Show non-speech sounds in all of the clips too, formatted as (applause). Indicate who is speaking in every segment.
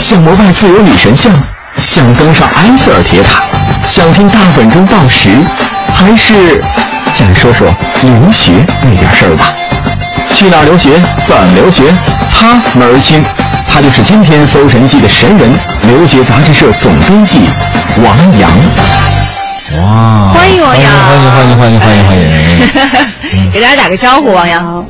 Speaker 1: 想膜拜自由女神像，想登上埃菲尔铁塔，想听大本钟报时，还是想说说留学那点事儿吧？去哪儿留学？怎么留学？他门儿清，他就是今天《搜神记》的神人，留学杂志社总编辑王洋。
Speaker 2: 哇！
Speaker 3: 欢迎王洋
Speaker 2: 啊欢迎欢迎欢迎欢迎欢迎
Speaker 3: (laughs)
Speaker 2: 欢迎！
Speaker 3: 给大家打个招呼，王洋。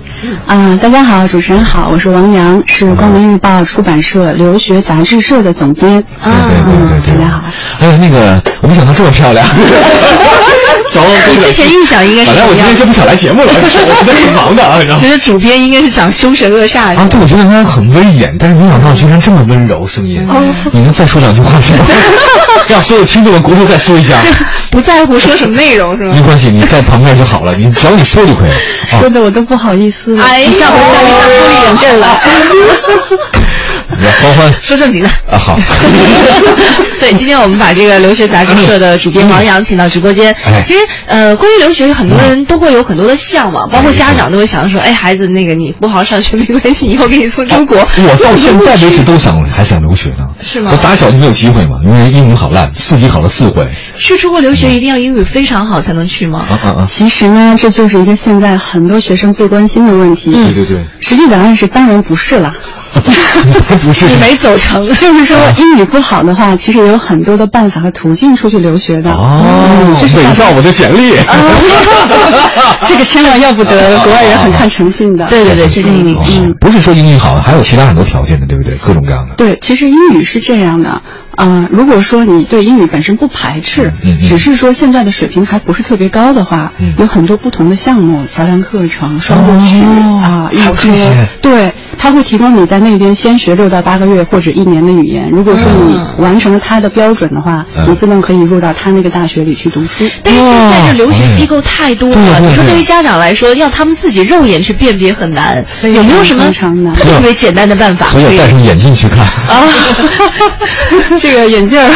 Speaker 4: 啊、大家好，主持人好，我是王洋，是光明日报出版社留学杂志社的总编。嗯
Speaker 2: 对对对对对，
Speaker 4: 大家好。
Speaker 2: 哎呀，那个我没想到这么漂
Speaker 3: (laughs)
Speaker 2: 亮。走，
Speaker 3: 你之前预想应该是
Speaker 2: 本来我今天就不想来节目了，我实在挺忙的啊，你知道吗
Speaker 3: 觉？得主编应该是长凶神恶煞
Speaker 2: 啊，
Speaker 3: 的。
Speaker 2: 对，我觉得他很威严，但是没想到居然这么温柔声音。
Speaker 3: 哦
Speaker 2: 你能再说两句话吗？ (laughs) 让所有听众的骨头再酥一下。
Speaker 3: 就不在乎说什么内容是
Speaker 2: 没
Speaker 3: 吗？
Speaker 2: 关系，你在旁边就好了，你只要你说就可以了。啊
Speaker 4: 说，的我都不好意
Speaker 2: 嗯
Speaker 4: 思了。
Speaker 3: 哎呀，下回戴个大玻璃眼镜了。
Speaker 2: 欢欢
Speaker 3: 说正经的。
Speaker 2: 啊，好，
Speaker 3: (laughs) 对，今天我们把这个留学杂志社的主编王洋请到直播间
Speaker 2: 哎。
Speaker 3: 其实，呃，关于留学，很多人都会有很多的向
Speaker 2: 哎
Speaker 3: 往，包括家长都会想说，哎，孩子，那个你不好好上学没关系，以后给你送出国。
Speaker 2: 我到现在为止都想还想留学呢。
Speaker 3: 是吗
Speaker 2: 我打小就没有机会嘛，因为英语好烂，四级考了四回。
Speaker 3: 去出国留学一定要英语非常好才能去吗？
Speaker 2: 啊啊啊！
Speaker 4: 其实呢，这就是一个现在很多学生最关心的问题。
Speaker 3: 嗯
Speaker 2: 对对 (laughs) 对，
Speaker 4: 实际答案是当然不是啦。
Speaker 2: 不是
Speaker 3: 你没走成。
Speaker 4: 就是说，
Speaker 3: 啊
Speaker 4: 英语不好的话，其实有很多的办法和途径出去留学的。
Speaker 2: 哦
Speaker 4: 嗯，这是啊
Speaker 2: 伪造我的简历。
Speaker 3: 嗯
Speaker 2: (laughs)
Speaker 4: 这个千万要不得，国外人很看诚信的。
Speaker 3: 对对对，这个一定是。嗯
Speaker 2: 哦不是说英语好，还有其他很多条件的，对不对？各种各样的。
Speaker 4: 对，其实英语是这样的，呃，如果说你对英语本身不排斥，
Speaker 2: 嗯嗯
Speaker 4: 只是说现在的水平还不是特别高的话，
Speaker 2: 嗯
Speaker 4: 有很多不同的项目，桥梁课程、双录取
Speaker 2: 哦
Speaker 4: 啊、预
Speaker 2: 还有这
Speaker 4: 科
Speaker 2: 些，
Speaker 4: 对，它会提供你在那边先学六到八个月或者一年的语言。如果说你完成了它的标准的话，
Speaker 2: 嗯哎
Speaker 4: 你自动可以入到它那个大学里去读书。
Speaker 3: 但是现在这留学机构太多了，
Speaker 2: 哦
Speaker 3: 你
Speaker 2: 对
Speaker 3: 说
Speaker 2: 对对
Speaker 3: 对于家长来说，要他们自己肉眼去辨别很难，
Speaker 4: 以
Speaker 3: 有没有什么
Speaker 4: 非常难
Speaker 3: 特别简单的办法？
Speaker 2: 所以
Speaker 3: 可
Speaker 2: 要
Speaker 3: 以
Speaker 2: 戴上眼镜去
Speaker 4: (laughs)
Speaker 2: 看。
Speaker 3: 啊，
Speaker 4: 这个眼镜儿，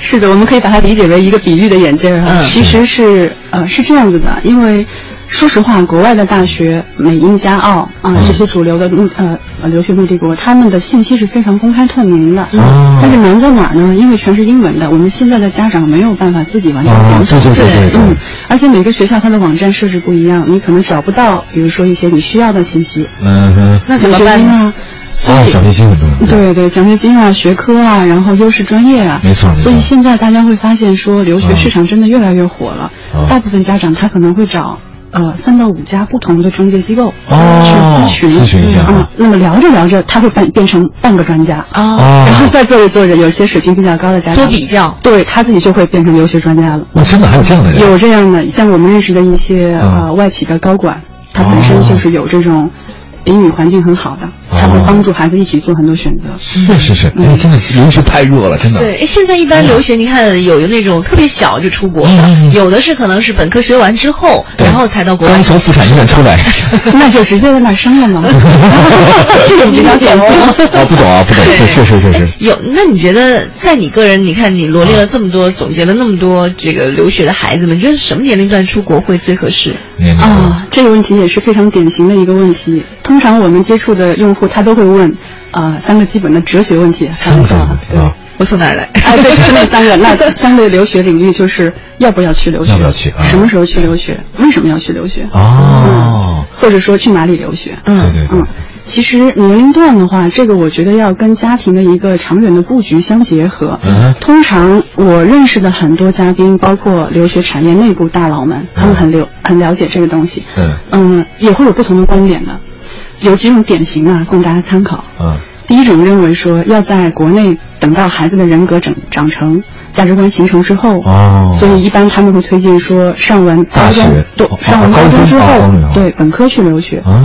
Speaker 4: 是的，我们可以把它理解为一个比喻的眼镜儿啊。
Speaker 3: 嗯
Speaker 4: 其实是呃是这样子的，因为说实话，国外的大学，美英加澳啊、这些主流的目呃呃留学目的国，他们的信息是非常公开透明的。
Speaker 2: 哦
Speaker 4: 但是难在哪儿呢？因为全是英文的，我们现在的家长没有办法自己完成
Speaker 2: 哦
Speaker 4: 检索。
Speaker 2: 对对对对对
Speaker 4: 嗯，而且每个学校它的网站设置不一样，你可能找不到，比如说一些你需要的信息。
Speaker 2: 嗯哼。
Speaker 3: 那怎么办
Speaker 4: 奖学金
Speaker 3: 呢？
Speaker 4: 啊？所
Speaker 2: 哦，
Speaker 4: 以
Speaker 2: 奖学金很重要。
Speaker 4: 对对，奖学金啊、学科啊，然后优势专业啊，
Speaker 2: 没错没错
Speaker 4: 所以现在大家会发现说，留学市场真的越来越火了。
Speaker 2: 哦
Speaker 4: 大部分家长他可能会找呃三到五家不同的中介机构、
Speaker 2: 哦
Speaker 4: 去咨询，
Speaker 2: 咨询一下
Speaker 4: 嗯，那么聊着聊着，他会变变成半个专家。
Speaker 3: 啊，
Speaker 2: 哦
Speaker 4: 然，后再做着做着，有些水平比较高的家长
Speaker 3: 多比较。
Speaker 4: 对他自己就会变成留学专家了。
Speaker 2: 哇，真的还有这样的人？
Speaker 4: 有这样的，像我们认识的一些、
Speaker 2: 嗯哦
Speaker 4: 呃外企的高管，他本身就是有这种英语环境很好的，他会帮助孩子一起做很多选择。
Speaker 2: 是是是，
Speaker 4: 嗯
Speaker 2: 哎，真的留学太热了，真的。
Speaker 3: 对，现在一般留学，你看有有那种特别小就出国的
Speaker 2: 嗯嗯嗯，
Speaker 3: 有的是可能是本科学完之后，
Speaker 2: 对
Speaker 3: 然后才到国外
Speaker 2: 刚。从妇产医院出来。
Speaker 4: (laughs) 那就直接在那儿生了
Speaker 2: (laughs)
Speaker 4: 吗？这种比较典型。
Speaker 2: 哦，不懂啊，不懂，是是是是是。
Speaker 3: 有，那你觉得在你个人，你看你罗列了这么多，总结了那么多这个留学的孩子们，你觉得什么年龄段出国会最合适？
Speaker 2: 年龄段
Speaker 4: 啊，这个问题也是非常典型的一个问题。通常我们接触的用户，他都会问，啊、三个基本的哲学问题。
Speaker 2: 三个
Speaker 4: 开玩笑啊
Speaker 2: 对吧？
Speaker 3: 我从哪儿来？
Speaker 4: 哎，
Speaker 3: (laughs)
Speaker 4: 对，就是那三个。那相对留学领域，就是要不要去留学？
Speaker 2: 要不要去啊
Speaker 4: 什么时候去留学？为什么要去留学？嗯
Speaker 2: 哦，
Speaker 4: 或者说去哪里留学？
Speaker 3: 嗯
Speaker 2: 对对对
Speaker 4: 嗯，其实年龄段的话，这个我觉得要跟家庭的一个长远的布局相结合。
Speaker 2: 嗯
Speaker 4: 通常我认识的很多嘉宾，包括留学产业内部大佬们，他们很了很了解这个东西，
Speaker 2: 嗯
Speaker 4: 嗯，也会有不同的观点的。有几种典型啊，供大家参考。
Speaker 2: 嗯
Speaker 4: 第一种认为说，要在国内等到孩子的人格长长成、价值观形成之后，
Speaker 2: 哦
Speaker 4: 所以一般他们会推荐说，上完
Speaker 2: 大
Speaker 4: 高中
Speaker 2: 学，
Speaker 4: 对
Speaker 2: 哦，
Speaker 4: 上完
Speaker 2: 哦高
Speaker 4: 高中
Speaker 2: 中
Speaker 4: 之
Speaker 2: 哦
Speaker 4: 后
Speaker 2: 高中，
Speaker 4: 对本科去留学。
Speaker 2: 啊，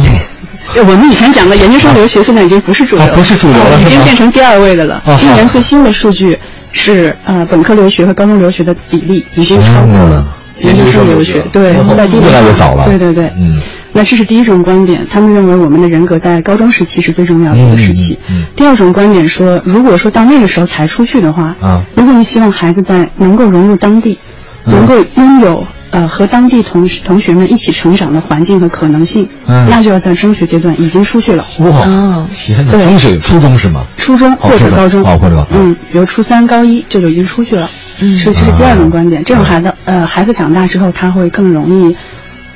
Speaker 4: 我们以前讲的研究生留学，现在已经不是主流了，
Speaker 2: 啊不是主流了
Speaker 4: 啊已
Speaker 2: 是
Speaker 4: 经
Speaker 2: 吗
Speaker 4: 变成第二位的了
Speaker 2: 啊。
Speaker 4: 今年最新的数据是，呃，本科留学和高中留学的比例已经超
Speaker 2: 天
Speaker 4: 过
Speaker 2: 哪
Speaker 4: 了研究生留
Speaker 2: 研
Speaker 4: 学
Speaker 2: 究生留学，
Speaker 4: 对
Speaker 2: 哦，
Speaker 4: 在第一
Speaker 2: 越来越早了
Speaker 4: 对对对，
Speaker 2: 嗯。
Speaker 4: 那这是第一种观点，他们认为我们的人格在高中时期是最重要的一个时期。
Speaker 2: 嗯嗯嗯
Speaker 4: 第二种观点说，如果说到那个时候才出去的话，
Speaker 2: 啊
Speaker 4: 如果你希望孩子在能够融入当地，
Speaker 2: 嗯
Speaker 4: 能够拥有呃和当地同学同学们一起成长的环境和可能性，
Speaker 2: 嗯
Speaker 4: 那就要在中学阶段已经出去了。
Speaker 2: 哇
Speaker 3: 哦，
Speaker 2: 天哪！
Speaker 4: 对
Speaker 2: 中学、初中是吗？
Speaker 4: 初中
Speaker 2: 哦
Speaker 4: 或
Speaker 2: 初
Speaker 4: 者
Speaker 2: 中
Speaker 4: 高中，
Speaker 2: 哦或者高中
Speaker 4: 嗯，比如初三、高一这就已经出去了，
Speaker 3: 嗯
Speaker 4: 是这是第二种观点。这种
Speaker 2: 啊
Speaker 4: 孩子，呃，孩子长大之后，他会更容易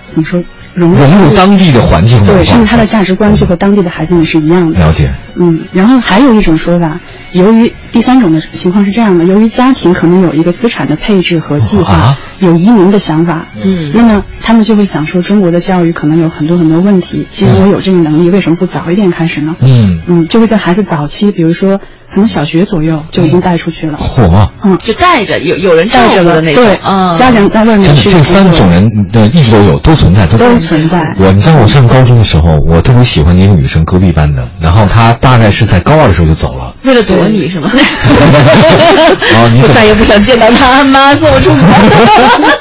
Speaker 4: 怎么说，融
Speaker 2: 融入当地的环境文化
Speaker 4: 对，甚至他的价值观就和当地的孩子们是一样的。
Speaker 2: 了解，
Speaker 4: 嗯，然后还有一种说法，由于第三种的情况是这样的，由于家庭可能有一个资产的配置和计划，
Speaker 2: 啊
Speaker 4: 有移民的想法，
Speaker 3: 嗯
Speaker 4: 那么他们就会想说，中国的教育可能有很多很多问题，其实
Speaker 2: 嗯
Speaker 4: 我有这个能力，为什么不早一点开始呢？
Speaker 2: 嗯，
Speaker 4: 嗯，就会在孩子早期，比如说可能小学左右就已经带出去了，
Speaker 2: 火。
Speaker 4: 嗯，
Speaker 3: 就带着有有人照
Speaker 4: 带
Speaker 3: 顾
Speaker 4: 着
Speaker 3: 的
Speaker 4: 了，
Speaker 3: 那种，
Speaker 4: 对，
Speaker 3: 嗯，
Speaker 4: 家人在外面
Speaker 2: 真的，
Speaker 4: 是
Speaker 2: 这三种人的一直都有，都存在，都
Speaker 4: 都存在
Speaker 2: 我你知道，我上高中的时候，我特别喜欢一个女生，隔壁班的，然后她大概是在高二的时候就走了。
Speaker 3: 为了躲你是吗？
Speaker 2: 哦你
Speaker 3: (laughs) 我
Speaker 2: 怎么
Speaker 3: 再也不想见到他，妈送我出国。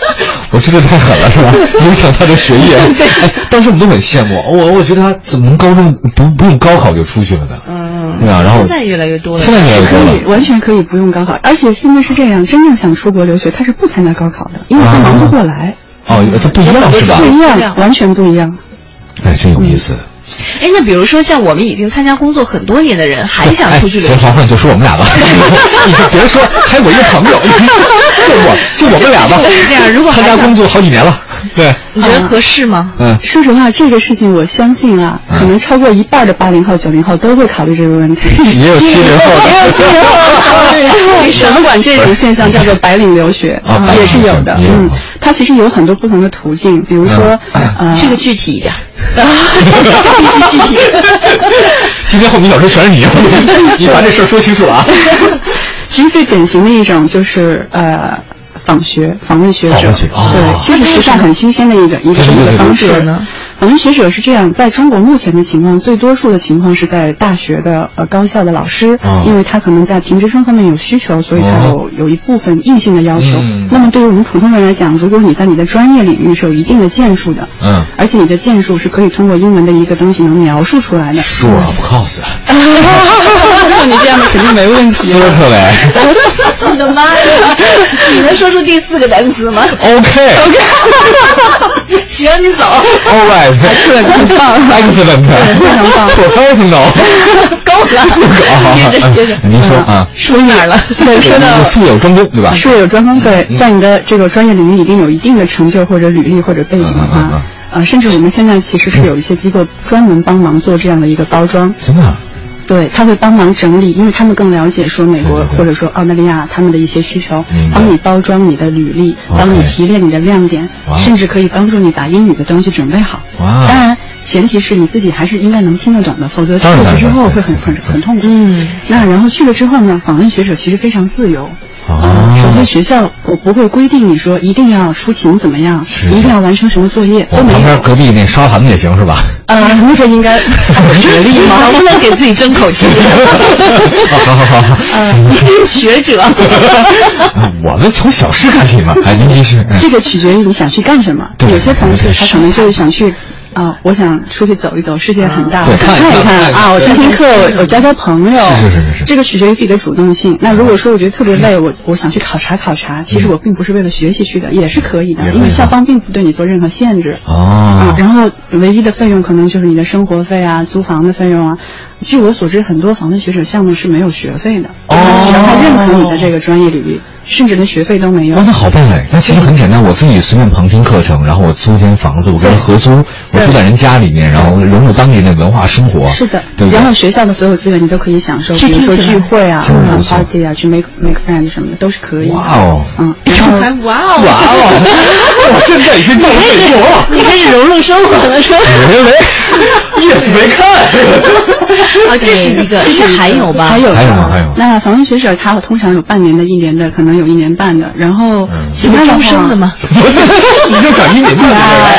Speaker 2: 我这个太狠了，是
Speaker 4: (laughs)
Speaker 2: 吧？影响他的学业。哎当时我们都很羡慕，我我觉得他怎么能高中不不用高考就出去了呢？
Speaker 3: 嗯
Speaker 2: 对啊，然后
Speaker 3: 现在越来越多了
Speaker 2: 现在越来越
Speaker 4: 可
Speaker 2: 多
Speaker 4: 以
Speaker 2: 了。
Speaker 4: 完全可以不用高考，而且现在是这样，真正想出国留学，他是不参加高考的，因为他忙不过来，
Speaker 2: 哦，这不一样啊是吧
Speaker 4: 不？一
Speaker 3: 不一
Speaker 4: 样，
Speaker 3: 样
Speaker 4: 完全不一样。
Speaker 2: 哎，真有意思。
Speaker 3: 哎，那比如说像我们已经参加工作很多年的人，还想出去
Speaker 2: 哎
Speaker 3: 旅
Speaker 2: 行，
Speaker 3: 行，
Speaker 2: 黄黄，你就说我们
Speaker 3: (laughs)
Speaker 2: 俩吧，你就别说，还有我一个朋友， (laughs) 就我就我们俩吧
Speaker 3: 就就。这样如果还
Speaker 2: 参加
Speaker 3: 想
Speaker 2: 工作好几年了，对，
Speaker 3: 你觉得合适吗？
Speaker 2: 嗯，
Speaker 4: 说实话，这个事情我相信啊，可能超过一半的八零后、九零后都会考虑这个问题。
Speaker 2: 也有七零后的，
Speaker 4: 也有七零后的考
Speaker 2: (laughs)
Speaker 4: 虑，对我们管这种现象叫做白领留学
Speaker 2: 啊白，领
Speaker 4: 也是有的。
Speaker 2: 留学也有嗯
Speaker 4: 嗯，它其实有很多不同的途径，比如说，
Speaker 2: (laughs)
Speaker 4: 呃，
Speaker 3: 这个具体一点儿，这必须具体。
Speaker 2: 今天后面小时全是你，啊你把这事儿说清楚了啊。
Speaker 4: 其实最典型的一种就是呃。访学、访问学
Speaker 2: 访
Speaker 4: 者，
Speaker 2: 问学哦
Speaker 4: 对，这是时下很新鲜的一个一个
Speaker 2: 对对
Speaker 4: 一个
Speaker 2: 对
Speaker 4: 方
Speaker 3: 对
Speaker 4: 式
Speaker 3: 对呢。
Speaker 4: 访问学者是这样，在中国目前的情况，最多数的情况是在大学的呃高校的老师
Speaker 2: 哦，
Speaker 4: 因为他可能在评职称方面有需求，所以他
Speaker 2: 哦
Speaker 4: 有有一部分硬性的要求
Speaker 2: 嗯。
Speaker 4: 那么对于我们普通人来讲，如果你在你的专业领域是有一定的建树的，
Speaker 2: 嗯
Speaker 4: 而且你的建树是可以通过英文的一个东西能描述出来的，
Speaker 2: ，Sure
Speaker 4: (laughs)
Speaker 2: (laughs) of course，
Speaker 4: 像你这样的肯定没问题
Speaker 2: 斯。
Speaker 4: 啊
Speaker 2: 洛特维
Speaker 3: 我的妈呀！ (laughs) 你能说出第四个单词吗？
Speaker 2: ，OK，All
Speaker 3: 行，你走。
Speaker 2: right，
Speaker 4: 出来很
Speaker 3: 啊
Speaker 4: 棒。
Speaker 2: excellent，
Speaker 4: 非常
Speaker 2: (laughs)
Speaker 4: 棒
Speaker 2: professional，
Speaker 3: (laughs) 够了，接着接着，
Speaker 2: 您说啊，
Speaker 3: 嗯说哪儿了？
Speaker 4: 对，嗯 (laughs) 说到
Speaker 2: 术有专攻，对吧？
Speaker 4: 术有专攻，对，
Speaker 2: 嗯
Speaker 4: 在你的这个专业领域已经有一定的成就或者履历或者背景的
Speaker 2: 嗯嗯嗯嗯嗯
Speaker 4: 话，呃，甚至我们现在其实是有一些机构专门帮忙做这样的一个包装，
Speaker 2: 真的啊，
Speaker 4: 对，他会帮忙整理，因为他们更了解说美国
Speaker 2: 对对对
Speaker 4: 或者说澳大利亚他们的一些需求
Speaker 2: 明，白
Speaker 4: 帮你包装你的履历，
Speaker 2: OK
Speaker 4: 帮你提炼你的亮点
Speaker 2: 哇，
Speaker 4: 甚至可以帮助你把英语的东西准备好。
Speaker 2: 哇
Speaker 4: 当然，前提是你自己还是应该能听得懂的，否则去
Speaker 2: 当然
Speaker 4: 了之
Speaker 2: 当
Speaker 4: 后
Speaker 2: 然
Speaker 4: 会很很很痛苦。
Speaker 3: 嗯，
Speaker 4: 那然后去了之后呢，访问学者其实非常自由。
Speaker 2: 哦
Speaker 4: 呃首先学校我不会规定你说一定要出勤怎么样，
Speaker 2: 是
Speaker 4: 一定要完成什么作业
Speaker 2: 我
Speaker 4: 都没
Speaker 2: 旁边
Speaker 4: 有。
Speaker 2: 隔壁那刷盘子也行是吧？ (laughs)
Speaker 4: 呃，
Speaker 3: 啊
Speaker 4: 那个应 (laughs) 该学历吗？
Speaker 3: 不能给自己争口
Speaker 2: (laughs)
Speaker 3: 气。
Speaker 2: 好好好，
Speaker 3: 你是 (laughs) 学者，
Speaker 2: 我们从小事干起嘛。哎，您继续。嗯
Speaker 4: (laughs) 这个取决于你想去干什么。
Speaker 2: 对
Speaker 4: 有些同事
Speaker 2: 对
Speaker 4: 他可能就是想去。啊、我想出去走一走，世界很大，
Speaker 2: 对
Speaker 4: 我想
Speaker 2: 看一
Speaker 4: 一
Speaker 2: 看看一看
Speaker 4: 啊，我听听课，我我交交朋友，
Speaker 2: 是是是是是嗯
Speaker 4: 这个取决于自己的主动性。那如果说我觉得特别累，我我想去考察考察，其实我并不是为了学习去的，也是可以的
Speaker 2: 也，可以
Speaker 4: 因为校
Speaker 2: 的
Speaker 4: 方并不对你做任何限制。啊
Speaker 2: 哦，，
Speaker 4: 然后唯一的费用可能就是你的生活费啊、租房的费用啊。据我所知，很多访问学者项目是没有学费的，
Speaker 2: 哦
Speaker 4: 只要他认可你的这个专业履历，甚至连学费都没有
Speaker 2: 哇，。那好办哎！那其实很简单，我自己随便旁听课程，然后我租间房子，我跟人合租，我住在人家里面，然后融入当地的文化生活。
Speaker 4: 是的，
Speaker 2: 对不对
Speaker 4: 然？后学校的所有资源你都可以享受，
Speaker 3: 这
Speaker 4: 比如说
Speaker 3: 听起
Speaker 4: 聚
Speaker 3: 来
Speaker 4: 会啊、
Speaker 2: 真不
Speaker 4: 嗯
Speaker 2: 错
Speaker 4: party 啊、去 make make friends 什么的都是可以的。
Speaker 2: 哇哦
Speaker 4: 嗯，
Speaker 3: 还
Speaker 4: 然后
Speaker 3: 哇哦，
Speaker 2: 哇哦！我现在已经到了美国了。
Speaker 4: (laughs)
Speaker 3: 你开始融入生活
Speaker 2: (laughs)
Speaker 3: 了，说
Speaker 2: 喂喂，yes 哎没
Speaker 4: (laughs)
Speaker 2: 看。
Speaker 3: 啊，这是一个，
Speaker 4: 这是一个
Speaker 3: 还有吧？
Speaker 4: 还有
Speaker 2: 还有吗
Speaker 4: 的
Speaker 2: 还有
Speaker 4: 那访问学者他通常有半年的、一年的，可能有一年半的，然后
Speaker 2: 嗯
Speaker 4: 其他的话
Speaker 3: 终生的吗？
Speaker 2: 已经转移你们
Speaker 4: 哎
Speaker 2: 了。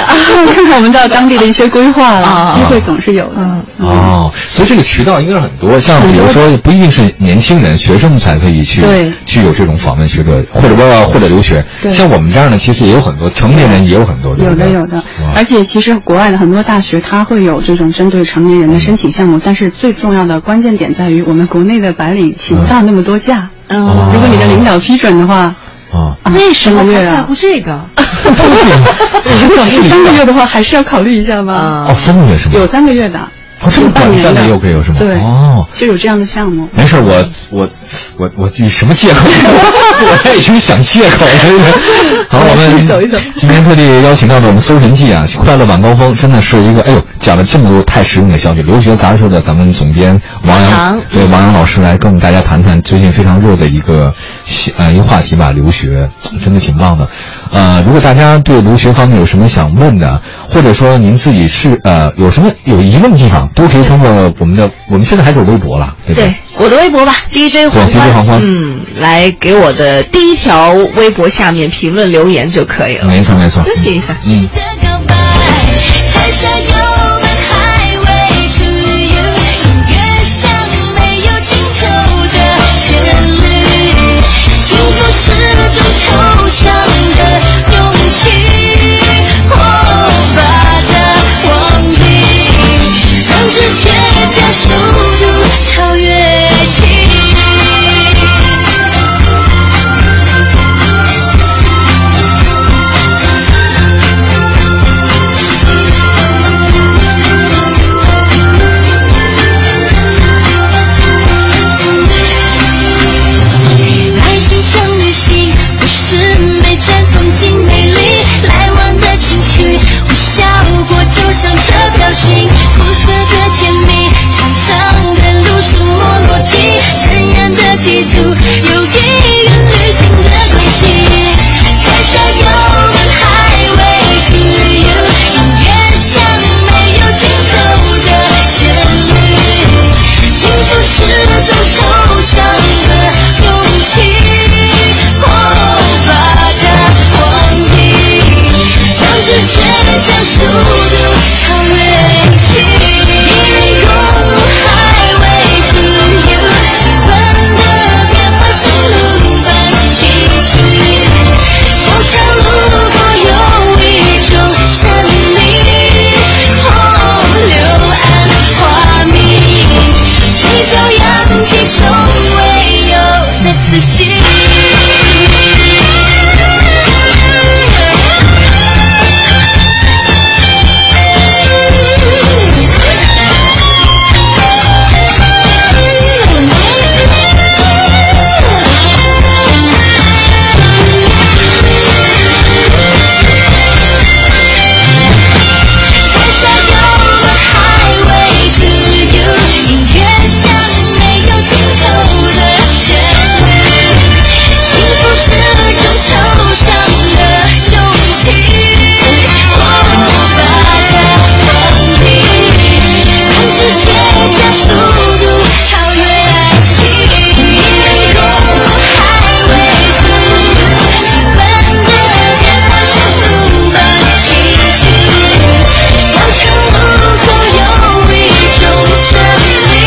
Speaker 4: 啊， (laughs) 看看我们到当地的一些规划
Speaker 3: 啊
Speaker 4: 了，机会总是有的。
Speaker 2: 哦，所以这个渠道应该是很多，像比如说不一定是年轻人、学生才可以去
Speaker 4: 对
Speaker 2: 去有这种访问学者，或者包或者留学。
Speaker 4: 对
Speaker 2: 像我们这样的，其实也有很多，成年人也有很多，对
Speaker 4: 有
Speaker 2: 不
Speaker 4: 的
Speaker 2: 对
Speaker 4: 有的哎
Speaker 2: 哇，
Speaker 4: 而且其实国外的很多大学它会有这种针对成年人的申请项目，但是最重要的关键点在于我们国内的白领请不到那么多假。
Speaker 3: 嗯
Speaker 4: 啊
Speaker 2: 哦
Speaker 4: 如果你的领导批准的话，
Speaker 2: 啊，
Speaker 4: 啊
Speaker 3: 为什么
Speaker 4: 三个
Speaker 3: 还
Speaker 4: 月
Speaker 3: 在
Speaker 4: 啊
Speaker 3: 乎？这个？
Speaker 4: (laughs) 如果是三个月的话，还是要考虑一下吧。
Speaker 3: 啊
Speaker 2: 哦，，三个月是吗？
Speaker 4: 有三个月的，
Speaker 2: 哦，这么短暂的
Speaker 4: 有半年的
Speaker 2: 又可以有是吗？
Speaker 4: 对
Speaker 2: 哦，
Speaker 4: 就有这样的项目。
Speaker 2: 没事儿，我我我我以什么借口？我在已经想借口了。好，我们
Speaker 4: 走一走
Speaker 2: 今天特地邀请到了我们《搜神记》啊，《快乐晚高峰》真的是一个，哎呦，讲了这么多太实用的消息。留学杂志社的咱们总编王
Speaker 3: 王
Speaker 2: 阳
Speaker 3: 阳，
Speaker 2: 对王阳老师来跟我们大家谈谈最近非常热的一个呃一个话题吧，留学真的挺棒的。呃，如果大家对留学方面有什么想问的，或者说您自己是呃有什么有疑问的地方，都可以通过我们的我们现在还是有微博了，对不
Speaker 3: 对，我的微博吧，DJ 黄
Speaker 2: 对
Speaker 3: 欢，
Speaker 2: ，DJ 黄欢
Speaker 3: 嗯，来给我的第一条微博下面评论留言就可以了。
Speaker 2: 没错没错。
Speaker 3: 休息一下。
Speaker 2: 嗯。
Speaker 5: 的告白，踩下油门，Highway to you，音乐像没有尽头的旋律，幸福是种抽象的勇气，哦，把它忘记，让直觉加速度超越爱情。爱情像旅行，不是每站风景美丽，来往的情绪，我笑过就像这表情，苦涩的甜蜜，长长的路是摩洛基，坦然的地图，有一人旅行的轨迹，踩下油门，Highway to you，音乐像没有尽头的旋律。幸福是种抽象的勇气，哦，把它忘记，让直觉加速度超越爱情。一人公路 highway to you，气温的变化是路般崎岖，悄悄路过有一种神秘，哦，柳暗花明。你朝阳起，从未有的自信。踩下油门，Highway to you，音乐像没有尽头的旋律，幸福是种抽象的勇气，我把它忘记，让世界加速度超越爱情。一人公路 Highway to you，气温的变化是路般崎岖。悄悄路过有一种神秘，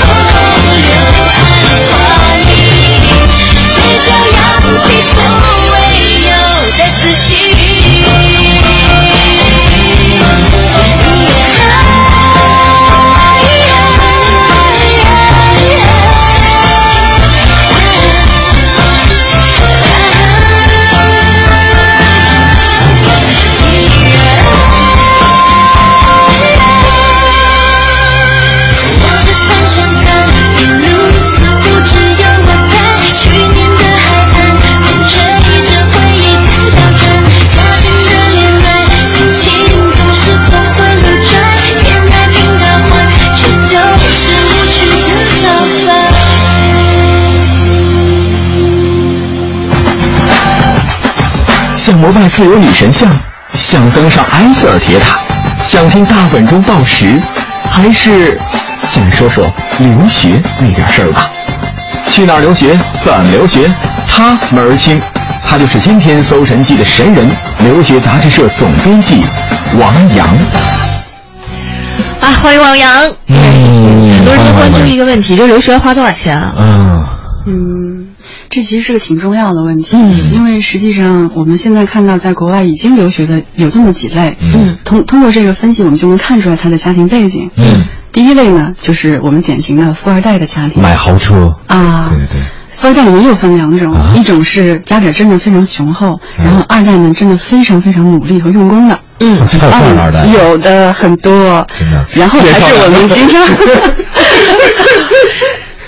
Speaker 5: 哦，柳暗花明，嘴角扬起从未有的自信。我的方向盘，一路似乎只有我在。去年的海岸，风吹着回忆摇摆。夏天的恋爱，心情总是峰回路转，偏爱并倒换，全都是无趣的浪漫。
Speaker 1: 想膜拜自由女神像，想登上埃菲尔铁塔，想听大本钟报时，还是想说说留学那点事儿吧？去哪儿留学？怎么留学？他门儿清，他就是今天《搜神记》的神人——留学杂志社总编辑王阳。
Speaker 3: 啊，欢迎王阳。
Speaker 2: 嗯
Speaker 3: 很多人都关注一个问题，就留学要花多少钱啊？
Speaker 2: 嗯，
Speaker 4: 嗯，这其实是个挺重要的问题，
Speaker 3: 嗯
Speaker 4: 因为实际上我们现在看到，在国外已经留学的有这么几类，
Speaker 2: 嗯
Speaker 4: 通通过这个分析，我们就能看出来他的家庭背景。
Speaker 2: 嗯，
Speaker 4: 第一类呢，就是我们典型的富二代的家庭
Speaker 2: 买豪车，
Speaker 4: 啊，
Speaker 2: 对对，
Speaker 4: 二代呢又分两种，
Speaker 2: 啊
Speaker 4: 一种是家底儿真的非常雄厚，
Speaker 2: 嗯
Speaker 4: 然后二代们真的非常非常努力和用功的。
Speaker 3: 嗯，
Speaker 2: 还有这样的二代，
Speaker 4: 有的很多，
Speaker 2: 真的
Speaker 4: 然后还是我们经常， (laughs)
Speaker 2: 嗯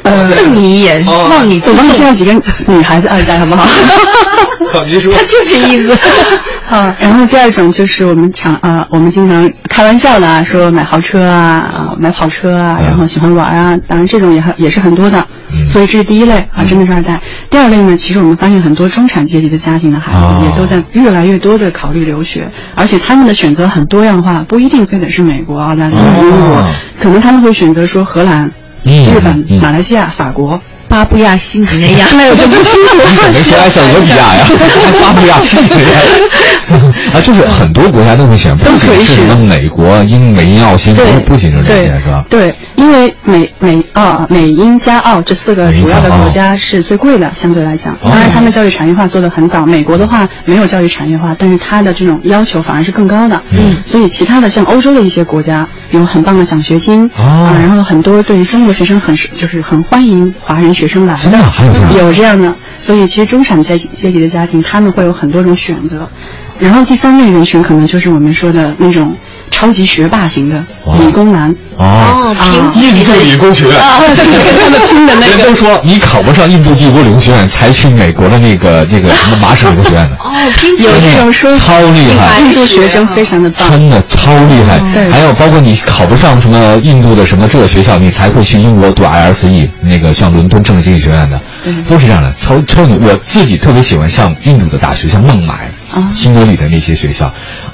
Speaker 4: 呃，
Speaker 3: 瞪你一眼，
Speaker 2: 哦
Speaker 3: 望你
Speaker 4: 我
Speaker 3: 不
Speaker 4: 帮你介绍几个女孩子啊二代好不好？
Speaker 2: 您说
Speaker 3: 他就这意
Speaker 4: (laughs)
Speaker 3: 思。嗯
Speaker 4: 啊，然后第二种就是我们常啊、我们经常开玩笑的啊，说买豪车啊，啊买跑车啊，
Speaker 2: 嗯
Speaker 4: 然后喜欢玩啊，当然这种也很也是很多的，
Speaker 2: 嗯
Speaker 4: 所以这是第一类啊，真的是二代。第二类呢，其实我们发现很多中产阶级的家庭的孩子
Speaker 2: 哦
Speaker 4: 也都在越来越多的考虑留学，而且他们的选择很多样化，不一定非得是美国、澳大利亚、
Speaker 2: 哦
Speaker 4: 英国，可能他们会选择说荷兰、
Speaker 2: 嗯
Speaker 4: 日本、
Speaker 2: 嗯
Speaker 4: 马来西亚、法国。
Speaker 3: 巴布亚新几
Speaker 4: (laughs)
Speaker 3: 内亚，那我就不清楚
Speaker 2: 你
Speaker 4: 啊
Speaker 2: 怎么说来小俄比 (laughs) 亚呀，巴布亚新几内亚啊，就是很多国家都会选，不
Speaker 4: 都可
Speaker 2: 仅
Speaker 4: 以
Speaker 2: 是什么美国、英美英澳新，不
Speaker 4: 对
Speaker 2: 不仅是这些是吧？
Speaker 4: 对，因为美美澳、美英加澳这四个主要的国家是最贵的，相对来讲。
Speaker 2: 哦
Speaker 4: 当然，他们教育产业化做得很早。美国的话没有教育产业化，但是它的这种要求反而是更高的。
Speaker 2: 嗯
Speaker 4: 所以其他的像欧洲的一些国家有很棒的奖学金
Speaker 2: 哦
Speaker 4: 啊，然后很多对于中国学生很是就是很欢迎华人学生来
Speaker 2: 真的啊
Speaker 4: 的，
Speaker 2: 还有这样
Speaker 4: 有这样的。所以其实中产阶级阶级的家庭他们会有很多种选择。然后第三类人群可能就是我们说的那种超级学霸型的
Speaker 2: 哇
Speaker 4: 理工男。啊
Speaker 2: 哦，
Speaker 3: 哦，平级
Speaker 2: 印度理工学院， (laughs)
Speaker 4: 就是跟他们拼的那
Speaker 2: 人
Speaker 4: 个。
Speaker 2: 都说你考不上印度帝国理工学院，才去美国的那个那个什么麻省理工学院的，
Speaker 3: 哦，平级
Speaker 4: 有这种说法，
Speaker 2: 超厉害
Speaker 4: 印度学生非常的棒。
Speaker 2: 真的超厉害。
Speaker 4: 对
Speaker 2: 还有包括你考不上什么印度的什么这个学校，你才会去英国读 ISE E，那个像伦敦政治经济学院的，都是这样的。超超女，我自己特别喜欢像印度的大学，像孟买、
Speaker 4: 啊
Speaker 2: 新德里的那些学校，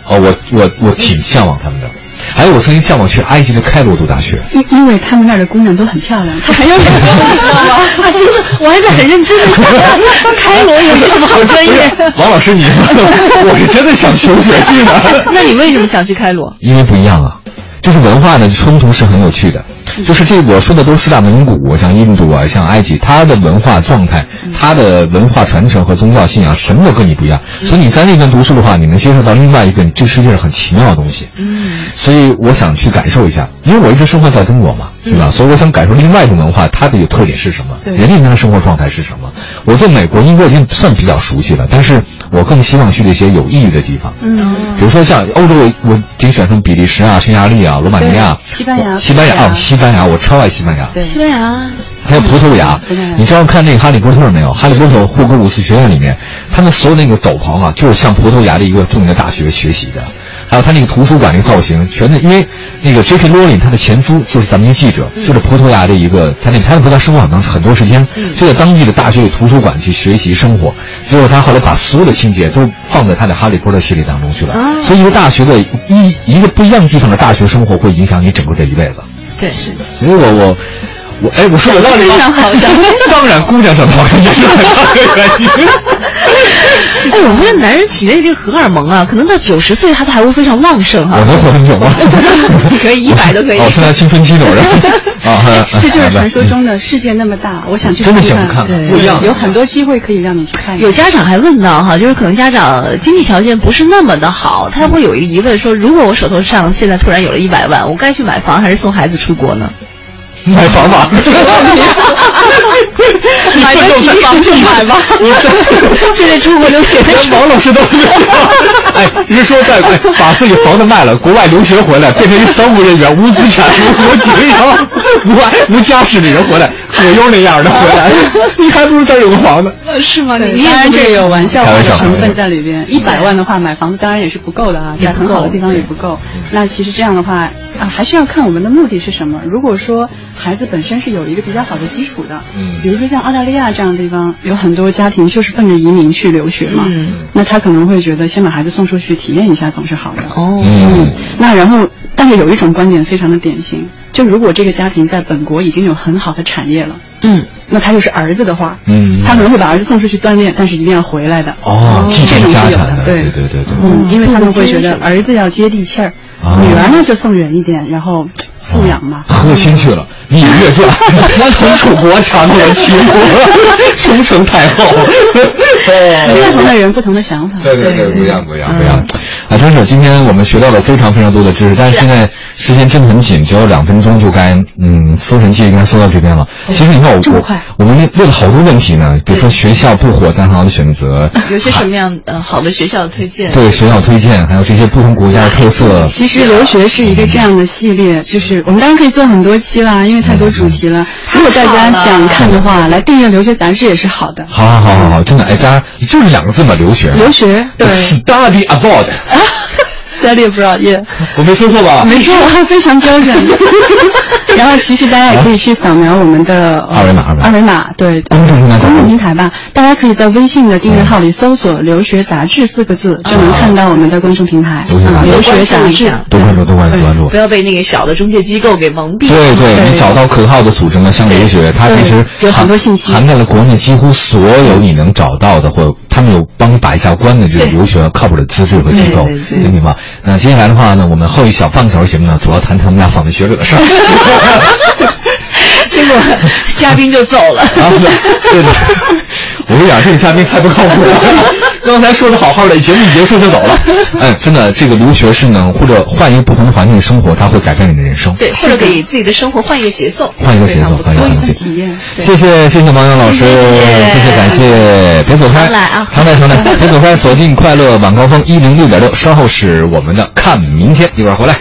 Speaker 2: 呃，我我我挺向往他们的。还有我曾经向往去埃及的开罗读大学，
Speaker 4: 因因为他们那儿的姑娘都很漂亮，啊她
Speaker 3: 还有两个，你知道
Speaker 4: (laughs)
Speaker 3: 吗？他就是，我还在很认真的想，开罗也没什么好专业。
Speaker 2: 王老师你， (laughs) 我是真的想求学去的。
Speaker 3: 那你为什么想去开罗？
Speaker 2: 因为不一样啊，就是文化的冲突是很有趣的。
Speaker 4: 嗯
Speaker 2: 就是这我说的都是四大名古，像印度啊，像埃及，它的文化状态、
Speaker 4: 嗯
Speaker 2: 它的文化传承和宗教信仰什么都跟你不一样，
Speaker 4: 嗯
Speaker 2: 所以你在那边读书的话，你能接受到另外一个这世界上很奇妙的东西。
Speaker 3: 嗯，
Speaker 2: 所以我想去感受一下，因为我一直生活在中国嘛，对吧？所以我想感受另外一种文化，它的有特点是什么，
Speaker 4: 嗯对
Speaker 2: 人家那边的生活状态是什么。我对美国、英国已经算比较熟悉了，但是我更希望去这些有意义的地方。
Speaker 4: 嗯，
Speaker 2: 比如说像欧洲，我我挺喜欢什么比利时啊、匈牙利啊、罗马尼亚、
Speaker 4: 对西班牙
Speaker 2: 我西班牙
Speaker 4: 葡萄牙
Speaker 2: 啊、西班牙，我超爱西班牙。
Speaker 4: 对
Speaker 3: 西班牙，
Speaker 2: 还有葡萄牙
Speaker 4: (laughs) 葡萄牙，
Speaker 2: 你知道看那个《哈利波特》没有？《哈利波特》霍格伍斯学院里面，他们所有那个斗篷啊，就是向葡萄牙的一个著名的大学学习的。还有他那个图书馆那个造型，全是因为那个 J.K. 罗琳他的前夫就是咱们一记者，
Speaker 4: 嗯
Speaker 2: 就是葡萄牙的一个，在那他在葡萄牙生活很长很多时间，
Speaker 4: 嗯
Speaker 2: 就在当地的大学里图书馆去学习生活。结果他后来把所有的情节都放在他的《哈利波特》系列当中去了。
Speaker 4: 啊
Speaker 2: 所以一个大学的一一个不一样地方的大学生活会影响你整个这一辈子。
Speaker 3: 对，是
Speaker 2: 所以我我我哎，我说我让你
Speaker 3: 非常好讲得非
Speaker 2: (laughs) 当然姑娘上好看也是很大的 (laughs) 原因。
Speaker 3: 哎，我发现男人体内这个荷尔蒙啊，可能到九十岁他都还会非常旺盛哈、
Speaker 2: 我能活很久吗？
Speaker 3: (laughs) 可以100都可以
Speaker 2: 我现在青春期呢，我这啊，还
Speaker 4: 这就是
Speaker 2: 还
Speaker 4: 传说中的世界那么大，我想去
Speaker 2: 真的想看
Speaker 4: 看对
Speaker 2: 不一样
Speaker 4: 有很多机会可以让你去看。
Speaker 3: 有家长还问到哈，就是可能家长经济条件不是那么的好，他会有一个疑问说，如果我手头上现在突然有了一百万，我该去买房还是送孩子出国呢？ (laughs)
Speaker 2: 嗯买房吧。
Speaker 3: 买得起房就买 (laughs) 吧， (laughs) 这得出国留学的时候
Speaker 2: 王老师都没有。 (laughs) 哎，人说在把自己房子卖了，国外留学回来，变成一三无人员，无资产、无国籍，然后无爱无家室的人回来，葛优那样的回来，你还不如再有个房呢。
Speaker 3: 是吗？
Speaker 4: 对
Speaker 3: 你
Speaker 4: 当然这有玩笑
Speaker 2: 开
Speaker 4: 话
Speaker 2: 玩
Speaker 4: 的
Speaker 2: 笑
Speaker 4: 成分在里边。一百万的话，买房子当然也是不够的啊，在很好的地方也不够。那其实这样的话啊，还是要看我们的目的是什么。如果说孩子本身是有一个比较好的基础的，
Speaker 2: 嗯
Speaker 4: 比如说像澳大利亚这样的地方，有很多家庭就是奔着移民去留学嘛，
Speaker 3: 嗯
Speaker 4: 那他可能会觉得先把孩子送出去体验一下总是好的。
Speaker 3: 哦，
Speaker 2: 嗯
Speaker 4: 那然后，但是有一种观点非常的典型，就如果这个家庭在本国已经有很好的产业了，
Speaker 3: 嗯，
Speaker 4: 那他又是儿子的话，
Speaker 2: 嗯
Speaker 4: 他可能会把儿子送出去锻炼，但是一定要回来的。
Speaker 2: 哦，继承
Speaker 4: 这种
Speaker 2: 家
Speaker 4: 是有
Speaker 2: 产
Speaker 4: 的，
Speaker 2: 的，
Speaker 4: 对
Speaker 2: 对对对。
Speaker 4: 嗯，因为他们会觉得儿子要接地气儿，
Speaker 2: 啊
Speaker 4: 女儿呢就送远一点，然后富养嘛。
Speaker 2: 喝心去了，你越
Speaker 4: (laughs)
Speaker 2: 赚，从楚国强的齐国，
Speaker 4: (laughs)
Speaker 2: 终成太后。
Speaker 4: 不同的人不同的想法，
Speaker 2: 对对对，不一样不一样不一样。哎，啊，真是今天我们学到了非常非常多的知识，但是现在时间真的很紧，只有两分钟就该嗯，搜神记应该搜到这边了。其实你看我
Speaker 4: 这么快
Speaker 2: 我我们列列了好多问题呢，比如说学校不火但很好的选择，
Speaker 3: 有些什么样呃好的学校的推荐？
Speaker 2: 对学校推荐，还有这些不同国家的特色。
Speaker 4: 其实留学是一个这样的系列，就是我们当然可以做很多期啦，因为太多主题
Speaker 2: 嗯
Speaker 4: 了。如果大家想看的话，来订阅《留学杂志》也是好的。
Speaker 2: 好好好好好，真的哎，大家就是两个字嘛，留学。
Speaker 4: 留学 (laughs) 对
Speaker 2: Study abroad，
Speaker 4: ，study abroad，耶、
Speaker 2: 我没说错吧？
Speaker 4: (laughs) 没错，非常标准。
Speaker 2: (laughs)
Speaker 4: 然后其实大家也可以去扫描我们的呃
Speaker 2: 二维码二维码嗯
Speaker 4: 二维码对。
Speaker 2: 公众平台找
Speaker 4: 公
Speaker 2: 到
Speaker 4: 众
Speaker 2: 我
Speaker 4: 平台吧，大家可以在微信的订阅号里搜索“留学杂志”四个字，就能看到我们的公众平台。
Speaker 2: 留学杂
Speaker 4: 啊
Speaker 2: 志
Speaker 4: 留学杂志，
Speaker 2: 多关注，多关注，多关注
Speaker 3: 不。要被那个小的中介机构给蒙蔽。
Speaker 2: 对对，你找到可靠的组织呢，像留学，它其实
Speaker 4: 有很
Speaker 2: 涵
Speaker 4: 多信息
Speaker 2: 涵盖了国内几乎所有你能找到的，或他们有帮你把一下关的这种留学靠谱的资质和机构，能明白？那接下来的话呢，我们后一小半个小时节目呢，主要谈谈我们俩访问学者的
Speaker 4: (laughs)
Speaker 2: 事儿。
Speaker 3: 结 (laughs) 果嘉宾就走了。
Speaker 2: 啊，对的，我跟你讲，这个嘉宾太不靠谱
Speaker 4: (laughs)
Speaker 2: 了。刚才说的好好的，节目一结束就走了。哎，真的，这个留学是呢，或者换一个不同的环境生活，它会改变你的人生。
Speaker 3: 对，或者给自己的生活换一个节奏，
Speaker 2: 换一个
Speaker 3: 非
Speaker 2: 节
Speaker 3: 常
Speaker 2: 奏，
Speaker 3: 不错
Speaker 2: 换一个节奏。谢谢谢谢王阳老师，
Speaker 3: 谢谢
Speaker 2: 谢感谢，别走开
Speaker 3: 常来啊，
Speaker 2: 常来常
Speaker 3: (laughs)
Speaker 2: 来，别走开，锁定快乐晚高峰一零六点六，稍后是我们的看明天，一会儿回来。